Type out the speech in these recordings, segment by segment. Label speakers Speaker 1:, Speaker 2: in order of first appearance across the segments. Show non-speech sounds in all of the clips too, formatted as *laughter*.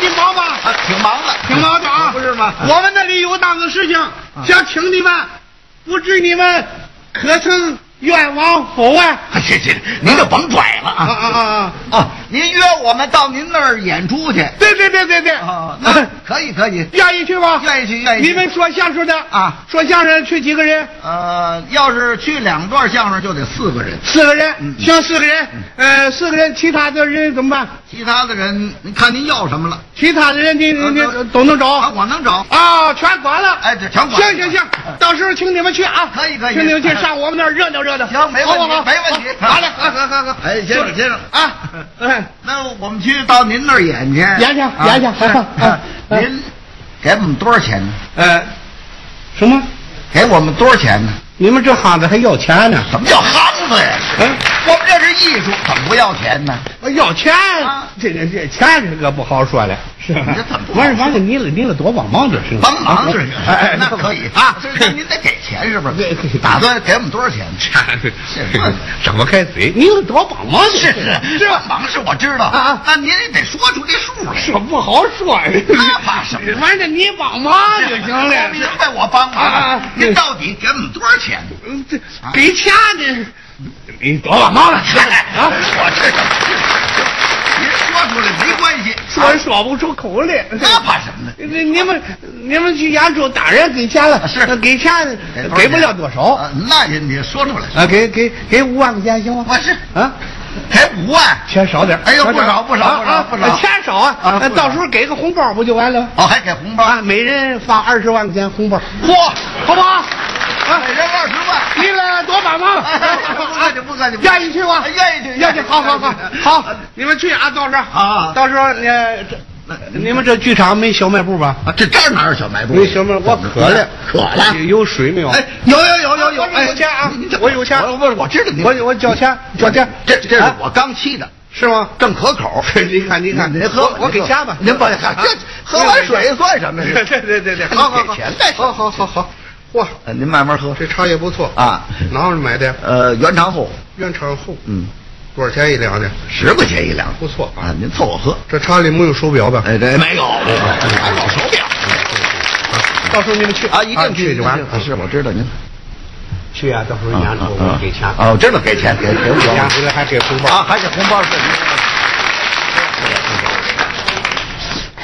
Speaker 1: 紧忙吧，
Speaker 2: 啊，挺忙的，
Speaker 1: 挺忙的啊，
Speaker 2: 不是吗？啊
Speaker 1: 我们那里有那个事情，想请你们，不知你们可曾愿往否啊？
Speaker 2: *laughs* 这这，您就甭拽了
Speaker 1: 啊啊
Speaker 2: 啊！
Speaker 1: 啊！
Speaker 2: 啊，您约我们到您那儿演出去。
Speaker 1: 对对对对对，
Speaker 2: 啊，那可以可以，
Speaker 1: 愿意去吗？
Speaker 2: 愿意去愿意去。
Speaker 1: 你们说相声的
Speaker 2: 啊
Speaker 1: 说相声去几个人？
Speaker 2: 呃，要是去两段相声就得四个人，
Speaker 1: 四个人
Speaker 2: 嗯，
Speaker 1: 行，四个人，呃，四个人，其他的人怎么办？
Speaker 2: 其他的人您看您要什么了。
Speaker 1: 其他的人你你
Speaker 2: 呃
Speaker 1: 你都能找
Speaker 2: 啊，我能找。
Speaker 1: 啊，全管了。
Speaker 2: 哎，这全管。嗯
Speaker 1: 行行行，到时候请你们去啊！
Speaker 2: 可以可以嗯
Speaker 1: 请你们去上我们那儿热闹热闹。
Speaker 2: 行，没问
Speaker 1: 好不好
Speaker 2: 题，没问题。
Speaker 1: 哦
Speaker 2: 嗯
Speaker 1: 好好嘞，啊好好
Speaker 2: 好好好。哎，先生先生
Speaker 1: 啊，哎，
Speaker 2: 那我们去到您那儿演去，
Speaker 1: 演去
Speaker 2: 啊
Speaker 1: 演去
Speaker 2: 是
Speaker 1: 啊啊啊
Speaker 2: 您给我们多少钱呢？
Speaker 1: 呃，什么？
Speaker 2: 给我们多少钱呢？
Speaker 1: 你们这行子还要钱呢？
Speaker 2: 什么叫憨子呀？
Speaker 1: 嗯
Speaker 2: 我们这是艺术，怎么不要钱呢？
Speaker 1: 哎要钱
Speaker 2: 啊，
Speaker 1: 这这这钱这个不好说了，是吧
Speaker 2: 你这怎么不好
Speaker 1: 完了完了，你了你了多帮忙这是，
Speaker 2: 帮忙这是
Speaker 1: 啊哎哎，
Speaker 2: 那可以啊
Speaker 1: 啊，，
Speaker 2: 所以
Speaker 1: *laughs*
Speaker 2: 说您得给钱是不
Speaker 1: 对
Speaker 2: 是
Speaker 1: 对对？
Speaker 2: 打算给我们多少钱？
Speaker 3: 张不开嘴，
Speaker 1: 你了多帮忙这
Speaker 2: 是是，
Speaker 1: 这
Speaker 2: 这忙是我知道
Speaker 1: 啊啊
Speaker 2: 那您也得说出这数来。
Speaker 1: 这不好说呀。
Speaker 2: 那怕什么呀
Speaker 1: 完了，你帮忙就行了
Speaker 2: 我。明白，我帮
Speaker 1: 啊啊
Speaker 2: 忙
Speaker 1: 啊。
Speaker 2: 您到底给我们多少钱？
Speaker 1: 嗯这
Speaker 2: 啊
Speaker 1: 给钱呢，你多帮忙了啊！
Speaker 2: 哎我这您说出来没关系，
Speaker 1: 说也说不出口来。
Speaker 2: 那怕什么呢？
Speaker 1: 你你们你们去演出当然给钱了，
Speaker 2: 啊
Speaker 1: 呃
Speaker 2: 是
Speaker 1: 给钱给不了多少
Speaker 2: 啊那也你说出来。
Speaker 1: 啊，给给给五万块钱行吗？
Speaker 2: 我是
Speaker 1: 啊，
Speaker 2: 才五万，
Speaker 1: 钱少点儿，
Speaker 2: 哎呦，
Speaker 1: 钱
Speaker 2: 不少
Speaker 1: 少
Speaker 2: 不少不
Speaker 1: 啊
Speaker 2: 少
Speaker 1: 啊
Speaker 2: 不少，
Speaker 1: 钱少啊，
Speaker 2: 啊
Speaker 1: 呃
Speaker 2: 不少
Speaker 1: 到时候给个红包不就完了？
Speaker 2: 哦，还给红包，
Speaker 1: 啊，每人发二十万块钱红包，
Speaker 2: 嚯，
Speaker 1: 好不好？
Speaker 2: 每人二十
Speaker 1: *laughs*
Speaker 2: 万。
Speaker 1: 你来多帮忙，
Speaker 2: 哎 *laughs* 不客气不客气不客气哎
Speaker 1: 愿意去吗？
Speaker 2: 愿意去
Speaker 1: 愿意，
Speaker 2: 愿意
Speaker 1: 好好好
Speaker 2: 愿意
Speaker 1: 好，你们去啊，到时候
Speaker 2: 啊
Speaker 1: 到时候你你们这剧场没小卖部吧？
Speaker 2: 啊，这这儿哪有小卖部？
Speaker 1: 没小卖部，我渴了，
Speaker 2: 渴了。
Speaker 1: 有水没有？
Speaker 2: 哎，有有有有有，
Speaker 1: 我
Speaker 2: 哎，
Speaker 1: 有钱啊
Speaker 2: 你这
Speaker 1: 我有钱
Speaker 2: 我我我知道你，
Speaker 1: 我我交钱，交钱，
Speaker 2: 这这是
Speaker 1: 啊
Speaker 2: 我刚沏的，
Speaker 1: 是吗？
Speaker 2: 正可口。嗯
Speaker 1: 你看，你看，
Speaker 2: 您喝
Speaker 1: 我，我给钱吧。
Speaker 2: 您不这
Speaker 1: 啊
Speaker 2: 喝完水算什么呀？
Speaker 1: *laughs* *laughs* 对对对对，好
Speaker 2: 好
Speaker 1: 好
Speaker 2: 好
Speaker 1: 好，嗯
Speaker 2: 钱干什
Speaker 1: 好
Speaker 2: 么？
Speaker 1: 好好好，哇，
Speaker 2: 呃您慢慢喝。
Speaker 1: 这茶也不错
Speaker 2: 啊
Speaker 1: 哪儿买的？
Speaker 2: 呃，原厂后，
Speaker 1: 原厂后，
Speaker 2: 嗯，
Speaker 1: 多少钱一两的？
Speaker 2: 十块钱一两，
Speaker 1: 不错
Speaker 2: 啊，您凑合喝。
Speaker 1: 这茶里没有手表吧？
Speaker 2: 哎，这没有，还老手表
Speaker 1: 到时候你们去
Speaker 2: 啊，一定
Speaker 1: 去
Speaker 2: 去
Speaker 1: 就完了。
Speaker 2: 是，我知道您。
Speaker 1: 去啊，到时候演出我给钱。
Speaker 2: 啊，我知道给钱，给给我
Speaker 1: 演回来还给红包。
Speaker 2: 啊，还得红包是您。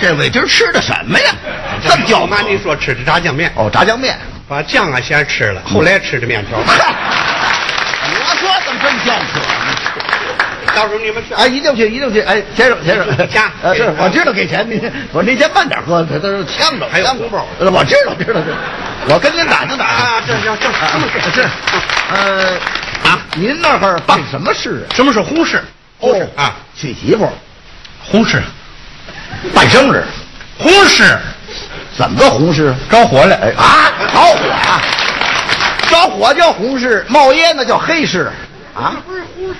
Speaker 2: 这位今儿吃的什么呀？这么叫
Speaker 1: 妈，你说吃的炸酱面，
Speaker 2: 哦，炸酱面。
Speaker 1: 把酱啊先吃了，后来吃的面条。
Speaker 2: 我说怎么这么叫啊渴？
Speaker 1: 到时候你们去。
Speaker 2: 哎，一定去，一定去！哎，先生，先生，
Speaker 1: 家
Speaker 2: 呃，是我知道给钱，您我您先慢点喝，他他呛着，
Speaker 1: 还有
Speaker 2: 呛着
Speaker 1: 红包
Speaker 2: 呃我知道，知道，知道我跟您打听打听
Speaker 1: 啊这这这
Speaker 2: 啊是，呃，啊，您那儿办什么事啊？
Speaker 1: 什么是红事？
Speaker 2: 哦
Speaker 1: 啊，
Speaker 2: 娶媳妇儿，
Speaker 1: 红事，
Speaker 2: 办生日，
Speaker 1: 红事，
Speaker 2: 怎么个红事？
Speaker 1: 着火了
Speaker 2: 哎啊，着火呀、着火叫红事，冒烟那叫黑事啊。不是红事，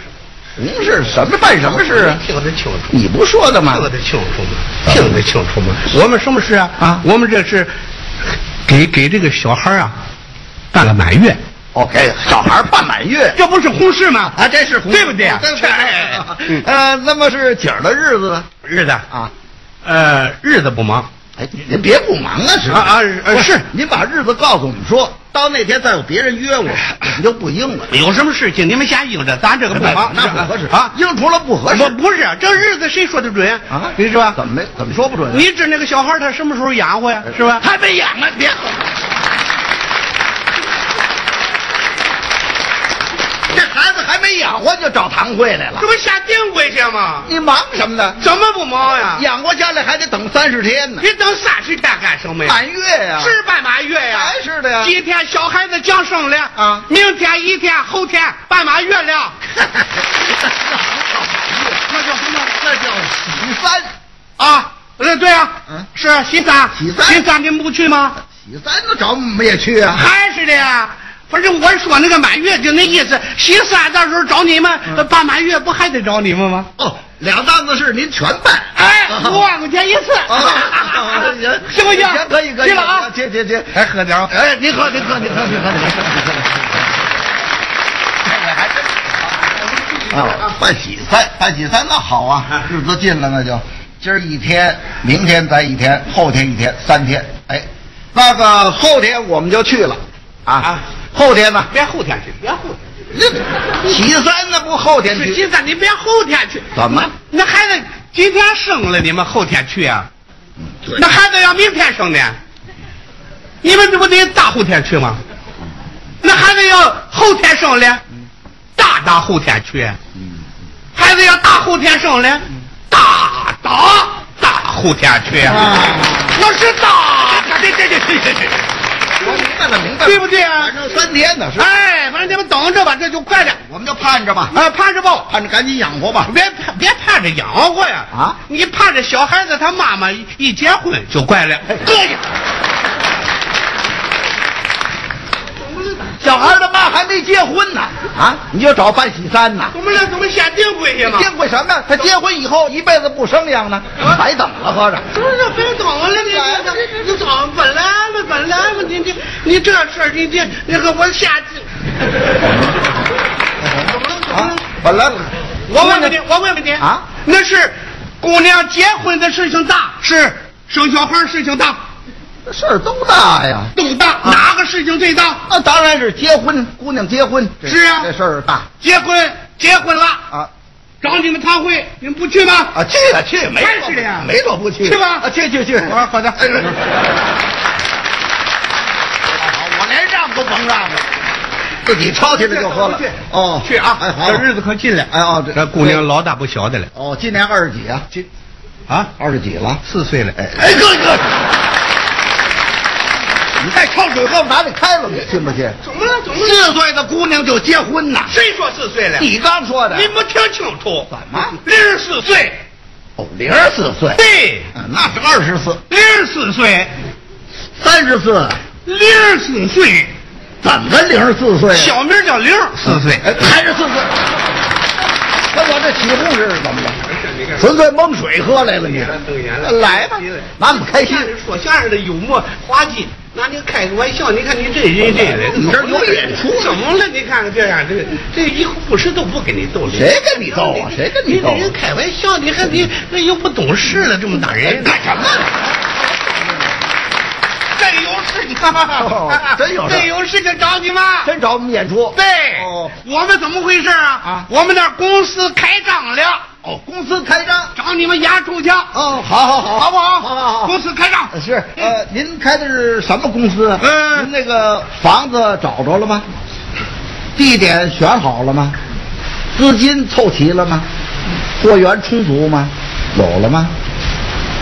Speaker 2: 红事什么办什么事啊？
Speaker 1: 听得清楚，
Speaker 2: 你不说的吗？
Speaker 1: 听得清楚吗？听得清楚吗？我们什么事啊？
Speaker 2: 啊
Speaker 1: 我们这是给给这个小孩啊办个满月，
Speaker 2: 哦，给小孩办满
Speaker 1: *laughs*
Speaker 2: 月。
Speaker 1: 这不是红事吗？
Speaker 2: 啊，这是红
Speaker 1: 对不对啊
Speaker 2: 对对
Speaker 1: 嗯
Speaker 2: 对呃，那么是景儿的日子呢？
Speaker 1: 日子啊，
Speaker 2: 啊，
Speaker 1: 呃，日子不忙，
Speaker 2: 哎，您别不忙啊，是吧
Speaker 1: 啊啊是
Speaker 2: 不
Speaker 1: 是
Speaker 2: 您把日子告诉我们说，到那天再有别人约我，你就不应了。
Speaker 1: 有什么事情你们先应着，咱哎这个不忙，
Speaker 2: 哎那不合适
Speaker 1: 啊。
Speaker 2: 应出了不合适
Speaker 1: 不不是，啊这日子谁说的准
Speaker 2: 啊，
Speaker 1: 你是吧？
Speaker 2: 怎么没怎么说不准啊？
Speaker 1: 你指那个小孩他什么时候养活呀？是吧？
Speaker 2: 还没哎养呢，别。这孩子还没养活就找堂会来了
Speaker 1: 这，不下定规去吗？
Speaker 2: 你忙什么呢？
Speaker 1: 怎么不忙呀？
Speaker 2: 养活家里还得等三十天呢
Speaker 1: 你，等三十天干什么呀？
Speaker 2: 满月呀、
Speaker 1: 是办满月呀？
Speaker 2: 哎啊是的呀
Speaker 1: 今天小孩子降生了
Speaker 2: 啊
Speaker 1: 明天一天，后天办满月
Speaker 2: *laughs*
Speaker 1: 了。
Speaker 2: 那叫什么？那叫喜三，
Speaker 1: 啊，呃，对啊，
Speaker 2: 嗯
Speaker 1: 是新三，
Speaker 2: 喜三
Speaker 1: 新三你们不去吗？
Speaker 2: 喜三那找我们也去啊。
Speaker 1: 还是的呀。反正我说那个满月就那意思，新三到时候找你
Speaker 2: 嗯
Speaker 1: 们、办满月，不还得找你们吗？
Speaker 2: 哦，两档子事您全办。
Speaker 1: 哎，五万块钱一次，
Speaker 2: 啊，
Speaker 1: *laughs* 行不行？
Speaker 2: 行，可以可以。
Speaker 1: 去了啊！
Speaker 2: 这这这，
Speaker 1: 还喝点啊
Speaker 2: 哎，您喝，您喝，您喝，您喝，您喝。啊，办喜三，办喜三那好啊，日子近了那就。今儿一天，明天咱一天，后天一天，三天。哎，那个后天我们就去了啊。
Speaker 1: 啊
Speaker 2: 后天呢？
Speaker 1: 别后天去，别后天去。
Speaker 2: 那喜三那不后天
Speaker 1: 是
Speaker 2: 去？
Speaker 1: 现在你别后天去，
Speaker 2: 怎么？
Speaker 1: 那孩子今天生了，你们后天去啊？那孩子要明天生的，你们这不得大后天去吗？那孩子要后天生的，大大后天去。
Speaker 2: 嗯
Speaker 1: 孩子要大后天生的，大大大后天去。
Speaker 2: 啊
Speaker 1: 那是大，对对对对对对，
Speaker 2: 我明白了，明白了，
Speaker 1: 对不对啊
Speaker 2: 反正三天呢，是吧？
Speaker 1: 哎，反正你们等着吧，这就快点。
Speaker 2: 我们就盼着吧，
Speaker 1: 啊，盼着吧。
Speaker 2: 盼着赶紧养活吧。
Speaker 1: 别怕，别盼着养活呀！
Speaker 2: 啊
Speaker 1: 你盼着小孩子他妈妈一一结婚就怪了。
Speaker 2: 对呀，小孩他妈还没结婚呢，啊，你就找办喜三呐？
Speaker 1: 我们俩怎么先定规矩嘛？
Speaker 2: 结婚什么？他结婚以后一辈子不生养呢，
Speaker 1: 啊
Speaker 2: 白等了，合着。啊
Speaker 1: 不是别等了，你你你早本来了本来了，你你你这事儿你这那个我下次。
Speaker 2: 啊，本来
Speaker 1: 嗯我问问你，我问问你
Speaker 2: 啊，
Speaker 1: 那是姑娘结婚的事情大，是生小孩事情大，
Speaker 2: 这事儿都大呀。
Speaker 1: 都大，哪个事情最大？
Speaker 2: 那当然是结婚，姑娘结婚这
Speaker 1: 是啊
Speaker 2: 这事儿大
Speaker 1: 结婚结婚了
Speaker 2: 啊
Speaker 1: 找你们堂会，你们不去吗？
Speaker 2: 啊！去啊去，没
Speaker 1: 真
Speaker 2: 说
Speaker 1: 是的呀
Speaker 2: 没说不去，
Speaker 1: 是吧
Speaker 2: 啊，去去去，
Speaker 1: 我说好的
Speaker 2: 哎哎哎我连让都甭让了，自己抄起来就喝了
Speaker 1: 去。
Speaker 2: 哦，
Speaker 1: 去啊！
Speaker 2: 哎，好，
Speaker 1: 这日子可近了。
Speaker 2: 哎哦这
Speaker 1: 这姑娘老大不小的了
Speaker 2: 哦，今年二十几啊？今
Speaker 1: 啊，
Speaker 2: 二十几了？
Speaker 1: 四岁了。
Speaker 2: 哎哎，哥哥，你再抄水喝，拿得开了，你信不信？
Speaker 1: 怎么了？怎么了？
Speaker 2: 四岁的姑娘就结婚呐？
Speaker 1: 谁说四岁了？
Speaker 2: 啊你刚说的。
Speaker 1: 你没听清楚？
Speaker 2: 怎么
Speaker 1: 零十四岁。
Speaker 2: 哦，零十四岁，
Speaker 1: 对，
Speaker 2: 嗯那是二十四，
Speaker 1: 零十四岁，
Speaker 2: 三十四，
Speaker 1: 零十四岁，
Speaker 2: 怎么零十四岁啊？
Speaker 1: 小名叫零四岁。
Speaker 2: 哎还是四岁？跟我这起哄似的，怎么的？纯粹蒙水喝来了你，来吧，拿你们开心。
Speaker 1: 说相声的幽默滑稽，拿你开个玩笑，你看你这人这人，
Speaker 2: 你这有演出啊
Speaker 1: 怎么了？你看看这样，这个这以后不是都不跟你逗了。
Speaker 2: 谁跟你斗啊？谁跟你斗、
Speaker 1: 你这人
Speaker 2: 啊？
Speaker 1: 开玩笑，你看你那又不懂事了，这么大人
Speaker 2: 哎干什么？
Speaker 1: 真有事情啊
Speaker 2: 哦真有事
Speaker 1: 真有事情找你们。
Speaker 2: 真找我们演出？
Speaker 1: 对，
Speaker 2: 哦
Speaker 1: 我们怎么回事啊？
Speaker 2: 啊
Speaker 1: 我们那公司开张了，
Speaker 2: 哦，公司开张。
Speaker 1: 找你们演出去，好
Speaker 2: 哦，好好好，
Speaker 1: 不好？
Speaker 2: 好好好。
Speaker 1: 公司开张
Speaker 2: 是呃，您开的是什么公司啊？
Speaker 1: 嗯
Speaker 2: 您那个房子找着了吗？地点选好了吗？资金凑齐了吗？货源充足吗？有了吗？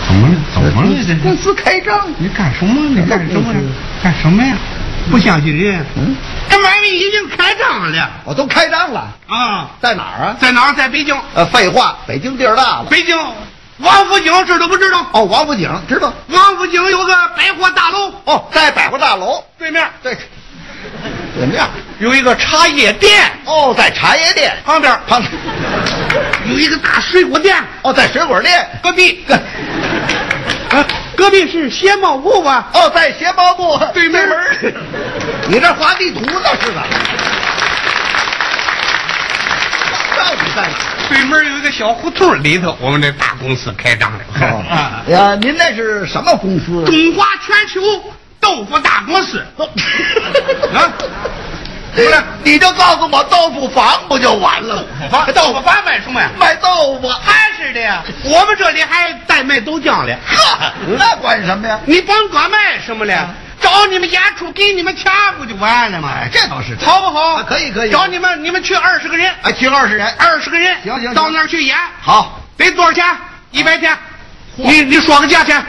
Speaker 2: 呃
Speaker 3: 怎么了？怎么了？这
Speaker 2: 公司开张，
Speaker 3: 你干什么？你干什么呀
Speaker 2: 嗯？
Speaker 3: 干什么呀？
Speaker 1: 不相信人，
Speaker 2: 嗯，
Speaker 1: 这买卖已经开张了
Speaker 2: 我都开张了，
Speaker 1: 啊，
Speaker 2: 在哪儿啊？
Speaker 1: 在哪儿？在北京，
Speaker 2: 呃，废话，北京地儿大了。
Speaker 1: 北京王府井知道不知道？
Speaker 2: 哦，王府井知道？
Speaker 1: 王府井有个百货大楼
Speaker 2: 哦，在百货大楼
Speaker 1: 对面
Speaker 2: 对，怎么样？
Speaker 1: 有一个茶叶店，
Speaker 2: 哦，在茶叶店
Speaker 1: 旁边
Speaker 2: 旁，
Speaker 1: 有一个大水果店，
Speaker 2: 哦，在水果店，
Speaker 1: 隔壁 *laughs* 啊，隔壁是鞋帽啊铺吧？
Speaker 2: 哦，在鞋包部
Speaker 1: 对门儿
Speaker 2: 对门儿
Speaker 1: *laughs*
Speaker 2: 你这画地图呢是吧？到底在哪儿？
Speaker 1: 对门有一个小胡同里头，我们这大公司开张了。啊
Speaker 2: 哎呀，您那是什么公司？
Speaker 1: 中华全球豆腐大公
Speaker 2: *laughs*
Speaker 1: 司，
Speaker 2: 啊，不是，你就告诉我豆腐房不就完了
Speaker 1: *laughs*
Speaker 2: 吗？
Speaker 1: 豆腐发卖什么呀？
Speaker 2: 卖豆腐，
Speaker 1: 还是的呀，我们这里还带卖豆浆的。
Speaker 2: 呵，那管什么呀？
Speaker 1: 你甭管卖什么
Speaker 2: 啊
Speaker 1: 了，找你们演出给你们钱不就完了吗？
Speaker 2: 哎这倒是
Speaker 1: 好不好？
Speaker 2: 啊可以可以
Speaker 1: 找你们，你们去二十个人，
Speaker 2: 哎，请二十人，
Speaker 1: 二十个人，
Speaker 2: 行行行
Speaker 1: 到那儿去演，
Speaker 2: 好，
Speaker 1: 得多少钱？一百天。你你说个价钱，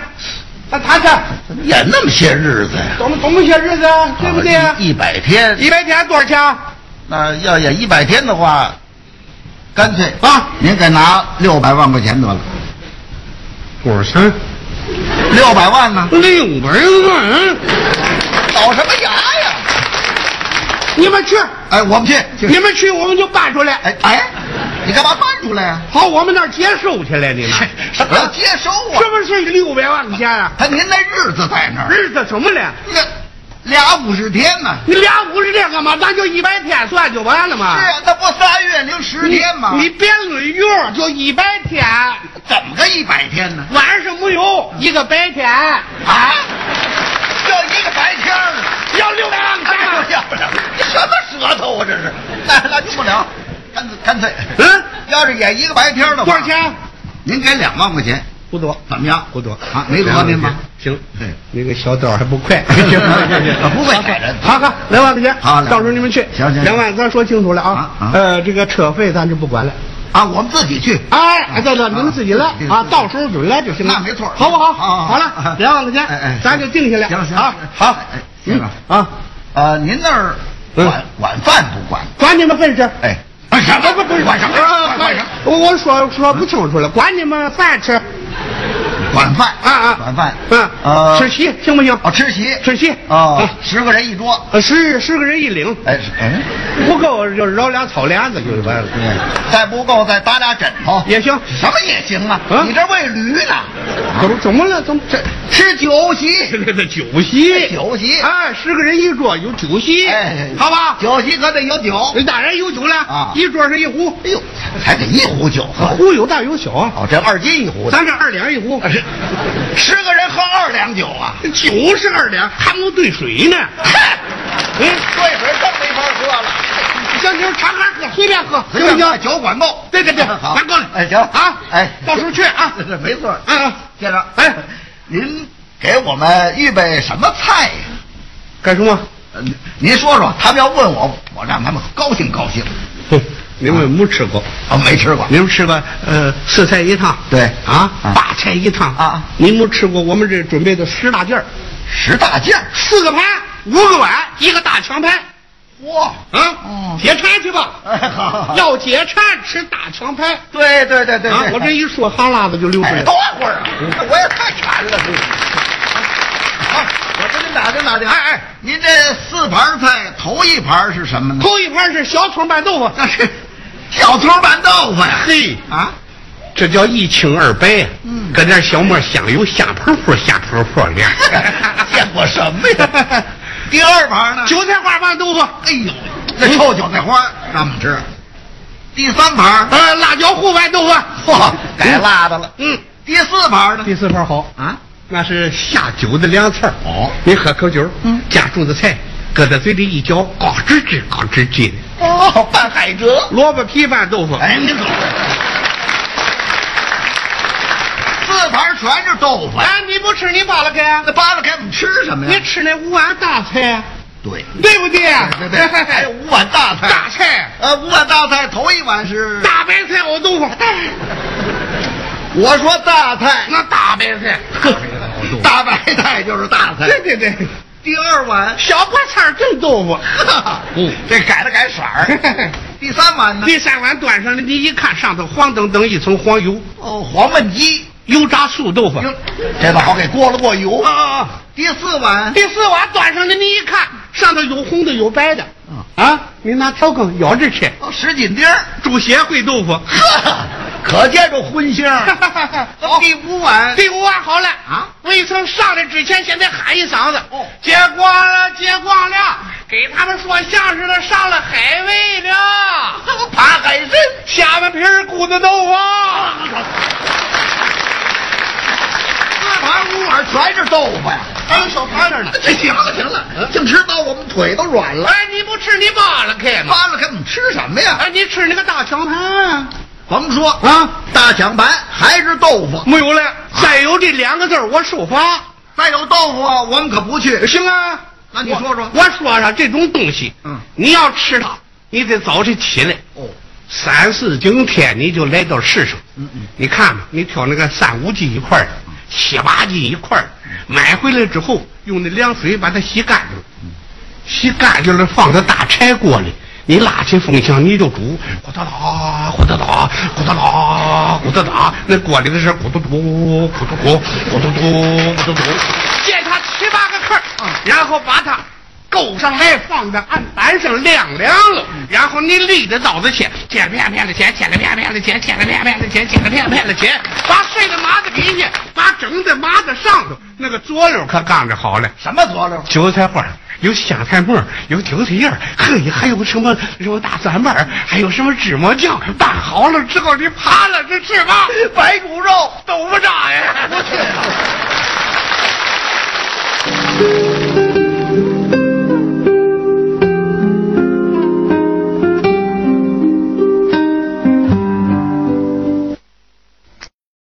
Speaker 1: 咱谈谈，
Speaker 2: 演那么些日子呀？
Speaker 1: 怎么怎么些日子啊，对不对啊？
Speaker 2: 一百天，
Speaker 1: 一百天多少钱啊？
Speaker 2: 那要演一百天的话，干脆
Speaker 1: 啊
Speaker 2: 您给拿六百万块钱得了，
Speaker 3: 多少钱？
Speaker 2: 六百万呢？
Speaker 1: 六百万，
Speaker 2: 咬什么牙呀？
Speaker 1: 你们去，
Speaker 2: 哎，我们去，去
Speaker 1: *laughs* 你们去，我们就搬出来。
Speaker 2: 哎哎，你干嘛搬出来呀、
Speaker 1: 跑我们那儿接收去了，你们
Speaker 2: 什么叫
Speaker 1: *laughs*
Speaker 2: 接 *laughs* 收啊
Speaker 1: 是？不是六百万块钱啊？
Speaker 2: 啊他您那日子在那儿，
Speaker 1: 日子怎么了？
Speaker 2: 那俩五十天嘛。
Speaker 1: 你俩五十天干嘛？咱就一百天算就完了嘛。
Speaker 2: 是啊，那不三月零十天吗？
Speaker 1: 你别论用，就一百天，
Speaker 2: 怎么个一百天呢？
Speaker 1: 晚上没有，一个白天
Speaker 2: 啊，要一个白天儿
Speaker 1: 要六两
Speaker 2: 哎呀 *laughs*
Speaker 1: 天。
Speaker 2: 要不了，你什么舌头啊这是？那那用不了，干脆干脆。
Speaker 1: 嗯，
Speaker 2: 要是演一个白天的话，
Speaker 1: 多少？钱？
Speaker 2: 您给两万块钱，
Speaker 1: 不多，
Speaker 2: 怎么样？
Speaker 1: 不多
Speaker 2: 啊，没多您吧？
Speaker 1: 行，
Speaker 2: 对，
Speaker 1: 那个小刀还不 *laughs* 快，
Speaker 2: 行行行行不会踩人
Speaker 1: 好好，两万块钱，
Speaker 2: 好两万
Speaker 1: 到时候你们去。
Speaker 2: 行行行
Speaker 1: 两万咱说清楚了啊
Speaker 2: 啊啊。
Speaker 1: 呃，这个车费咱就不管了。
Speaker 2: 啊，我们自己去。
Speaker 1: 哎，对了，你们自己来
Speaker 2: 对对
Speaker 1: 啊，
Speaker 2: 对
Speaker 1: 到时候准来就行了。
Speaker 2: 那没错
Speaker 1: 好不好？
Speaker 2: 好
Speaker 1: 好
Speaker 2: 好好好
Speaker 1: 了，两万块
Speaker 2: 哎哎
Speaker 1: 钱，咱就定下来。
Speaker 2: 行行
Speaker 1: 啊，好
Speaker 2: 哎，行
Speaker 1: 嗯
Speaker 2: 了
Speaker 1: 啊，
Speaker 2: 呃，您那儿
Speaker 1: 嗯
Speaker 2: 管管饭不管？
Speaker 1: 管你们本事。
Speaker 2: 哎，啊什么不不管什么？管什么？
Speaker 1: 我我说说不清楚了，管你们饭吃
Speaker 2: 管饭
Speaker 1: 啊啊，
Speaker 2: 管饭
Speaker 1: 嗯
Speaker 2: 呃，
Speaker 1: 吃席行不行？
Speaker 2: 哦，吃席
Speaker 1: 吃席
Speaker 2: 哦
Speaker 1: 啊，
Speaker 2: 十个人一桌。
Speaker 1: 呃十十个人一领，
Speaker 2: 哎是哎，
Speaker 1: 不够就饶俩草帘子就是完了。
Speaker 2: 对，嗯再不够再搭俩枕头
Speaker 1: 也行
Speaker 2: 什么也行啊？
Speaker 1: 嗯
Speaker 2: 你这喂驴呢？
Speaker 1: 怎么怎么了？怎么这
Speaker 2: 吃酒席，
Speaker 1: 这这酒席？
Speaker 2: 酒席，
Speaker 1: 哎，十个人一桌有酒席，
Speaker 2: 哎，
Speaker 1: 好吧？
Speaker 2: 酒席可得有酒。
Speaker 1: 当然有酒
Speaker 2: 啊
Speaker 1: 了，一桌是一壶，
Speaker 2: 哎呦，才给一壶酒喝，
Speaker 1: 壶有大有小啊。
Speaker 2: 哦，这二斤一壶的，
Speaker 1: 咱这二两一
Speaker 2: 哎
Speaker 1: 壶，
Speaker 2: 十个人喝二两酒啊？
Speaker 1: 酒是二两，还没兑水呢。
Speaker 2: 嗨，
Speaker 1: 嗯，
Speaker 2: 兑水更没法喝了。
Speaker 1: 行行，常常喝，随便喝，
Speaker 2: 随
Speaker 1: 行
Speaker 2: 便
Speaker 1: 不
Speaker 2: 把
Speaker 1: 行？
Speaker 2: 酒管够。
Speaker 1: 对对对，
Speaker 2: 好，
Speaker 1: 咱过来。
Speaker 2: 哎，行
Speaker 1: 啊，
Speaker 2: 哎，
Speaker 1: 到时候去啊。
Speaker 2: 这 *laughs* 没错。
Speaker 1: 嗯嗯，
Speaker 2: 先生，
Speaker 1: 哎，
Speaker 2: 您给我们预备什么菜呀？
Speaker 1: 干什么？
Speaker 2: 呃您您说说，他们要问我，我让他们高兴高兴。
Speaker 1: 哼，你们没吃过，
Speaker 2: 啊，没吃过。
Speaker 1: 你们吃过呃四菜一汤，
Speaker 2: 对
Speaker 1: 啊
Speaker 2: 啊，
Speaker 1: 八菜一汤
Speaker 2: 啊啊
Speaker 1: 你没吃过我们这准备的十大件儿，
Speaker 2: 十大件儿，
Speaker 1: 四个盘，五个碗，一个大强拍。
Speaker 2: 哇！
Speaker 1: 啊
Speaker 2: 哦，
Speaker 1: 解馋去吧！
Speaker 2: 哎好 *laughs* 好好
Speaker 1: 要解馋吃大强拍
Speaker 2: 对对对对
Speaker 1: 啊！我这一说，哈喇子就流出来
Speaker 2: 哎，
Speaker 1: 了
Speaker 2: 等。会儿啊，我也太馋了，这是。啊我跟您打听打听，哎哎，您这四盘菜头一盘是什么呢？
Speaker 1: 头一盘是小葱拌豆腐，
Speaker 2: 那是小葱拌豆腐呀！
Speaker 1: *laughs* 嘿
Speaker 2: 啊，
Speaker 1: 这叫一清二白呀。
Speaker 2: 嗯
Speaker 1: 搁那小沫香油香扑扑，香扑扑的。
Speaker 2: *laughs* 见过什么呀？第二盘呢？
Speaker 1: *laughs* 韭菜花拌豆腐，
Speaker 2: 哎呦，这臭韭菜花让我们吃。第三盘，
Speaker 1: 呃，辣椒糊拌豆腐。
Speaker 2: *laughs* 嚯，改辣的了。
Speaker 1: 嗯，
Speaker 2: 第四盘呢？
Speaker 1: 第四盘好，
Speaker 2: 啊，
Speaker 1: 那是下酒的凉菜儿
Speaker 2: 哦
Speaker 1: 你喝口酒，
Speaker 2: 嗯
Speaker 1: 夹住的菜，搁在嘴里一嚼，咯吱吱，咯吱吱的。
Speaker 2: 哦，拌海蜇。
Speaker 1: 萝卜皮拌豆腐，
Speaker 2: 哎，你走。四盘全是豆腐，啊
Speaker 1: 哎，你不吃你扒拉开，
Speaker 2: 那扒拉开我们吃什么
Speaker 1: 你
Speaker 2: 呀？
Speaker 1: 吃那五碗大菜，
Speaker 2: 对，
Speaker 1: 对不对？
Speaker 2: 嗯
Speaker 1: 哎
Speaker 2: 对哎对，
Speaker 1: *laughs*
Speaker 2: 还有五碗大菜。
Speaker 1: 大菜，
Speaker 2: 呃，五碗大菜，头一碗是。
Speaker 1: 大白菜熬豆腐，
Speaker 2: 我说
Speaker 1: *laughs*
Speaker 2: 大菜，
Speaker 1: 那大白菜，
Speaker 2: 大白菜就是大菜。
Speaker 1: 对对对，
Speaker 2: 第二
Speaker 1: *laughs*
Speaker 2: 碗，
Speaker 1: 小白菜炖豆腐。
Speaker 2: 哈 *laughs* 哈
Speaker 1: 嗯
Speaker 2: 这改了改色儿。第三碗呢？
Speaker 1: *laughs* 第三碗端上来，你一看上头黄澄澄一层黄油，
Speaker 2: 哦，黄焖鸡。
Speaker 1: 油炸素豆腐。
Speaker 2: 哟，这倒好给过了过油。
Speaker 1: 啊啊！啊
Speaker 2: 第四碗，
Speaker 1: 第四碗端上来，你一看上头有红的有白的，
Speaker 2: 嗯
Speaker 1: 啊，你拿调羹舀着吃。
Speaker 2: 哦，什锦丁儿。
Speaker 1: 猪血烩豆腐。
Speaker 2: 呵， *laughs* 可见这荤腥儿。 *laughs*
Speaker 1: 好
Speaker 2: 第五碗，
Speaker 1: 第五碗好了
Speaker 2: 啊！
Speaker 1: 卫生上来之前，先得喊一嗓子
Speaker 2: 哦：“
Speaker 1: 接光了，接光了！”给他们说相声的上了海味
Speaker 2: *laughs*
Speaker 1: 了，
Speaker 2: 爬海参。
Speaker 1: 下半皮儿咕子豆腐。
Speaker 2: *laughs* 四盘五碗全是豆腐呀！
Speaker 1: 哎手趴那儿呢
Speaker 2: 这行了行了，净吃豆，我们腿都软了。
Speaker 1: 哎，你不吃你扒拉开吗？
Speaker 2: 扒拉开，我们吃什么呀？
Speaker 1: 哎，你吃那个大强盘啊？
Speaker 2: 甭说
Speaker 1: 啊，
Speaker 2: 大抢盘还是豆腐，
Speaker 1: 没有了，再有这两个字儿我受罚。
Speaker 2: 再有豆腐啊我们可不去。
Speaker 1: 行啊，
Speaker 2: 那你说说
Speaker 1: 我我说说这种东西，
Speaker 2: 嗯
Speaker 1: 你要吃它，你得早晨起来。
Speaker 2: 哦，
Speaker 1: 三四更天你就来到市上，
Speaker 2: 嗯嗯
Speaker 1: 你看吧，你挑那个三五斤一块儿的，七八斤一块儿的，买回来之后用那凉水把它洗干净，洗干净了放到大柴锅里，你拉起风箱你就煮，咕哒啦，咕哒啦，咕哒啦，咕哒啦，那锅里的是咕嘟嘟，咕嘟嘟，咕嘟嘟，咕嘟嘟，借它七八个块儿，然后把它够上来放在案板上晾凉了，然后你立着刀子切，切了片片的切，切了片片的切，切了片片的切，切了片片的切，把碎的麻子底下，把整的麻子上头，那个佐料可刚着好了，
Speaker 2: *laughs* 什么佐料？
Speaker 1: 韭菜花，有香菜末，有韭菜叶儿，嘿，还有什么什么大蒜瓣儿，还有什么芝麻酱，拌好了之后你扒拉着吃吧，白骨肉豆腐渣呀！我去。